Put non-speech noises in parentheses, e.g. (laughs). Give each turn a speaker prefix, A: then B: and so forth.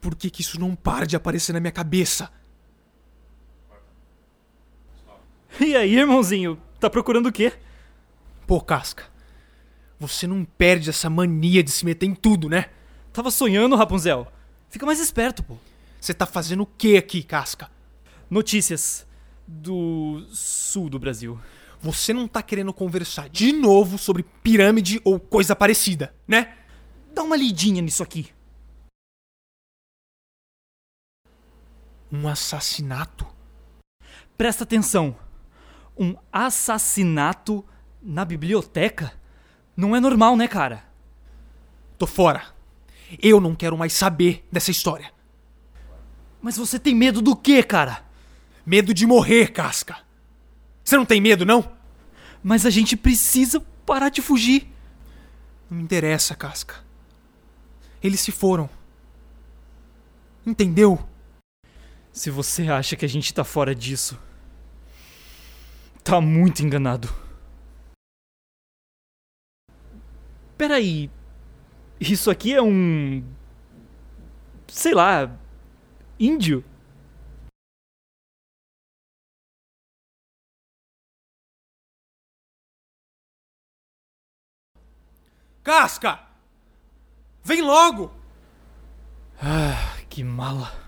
A: por que, que isso não para de aparecer na minha cabeça?
B: (laughs) E aí, irmãozinho? Tá procurando o quê?
A: Pô, Casca, você não perde essa mania de se meter em tudo, né?
B: Tava sonhando, Rapunzel. Fica mais esperto, pô.
A: Você tá fazendo o que aqui, Casca?
B: Notícias do sul do Brasil.
A: Você não tá querendo conversar de novo sobre pirâmide ou coisa parecida, né?
B: Dá uma lidinha nisso aqui.
A: Um assassinato?
B: Presta atenção. Um assassinato na biblioteca? Não é normal, né, cara?
A: Tô fora. Eu não quero mais saber dessa história.
B: Mas você tem medo do quê, cara?
A: Medo de morrer, Casca. Você não tem medo, não?
B: Mas a gente precisa parar de fugir.
A: Não me interessa, Casca. Eles se foram. Entendeu?
B: Se você acha que a gente tá fora disso, tá muito enganado. Peraí. Isso aqui é um. Sei lá. Índio?
A: Casca! Vem logo!
B: Que mala.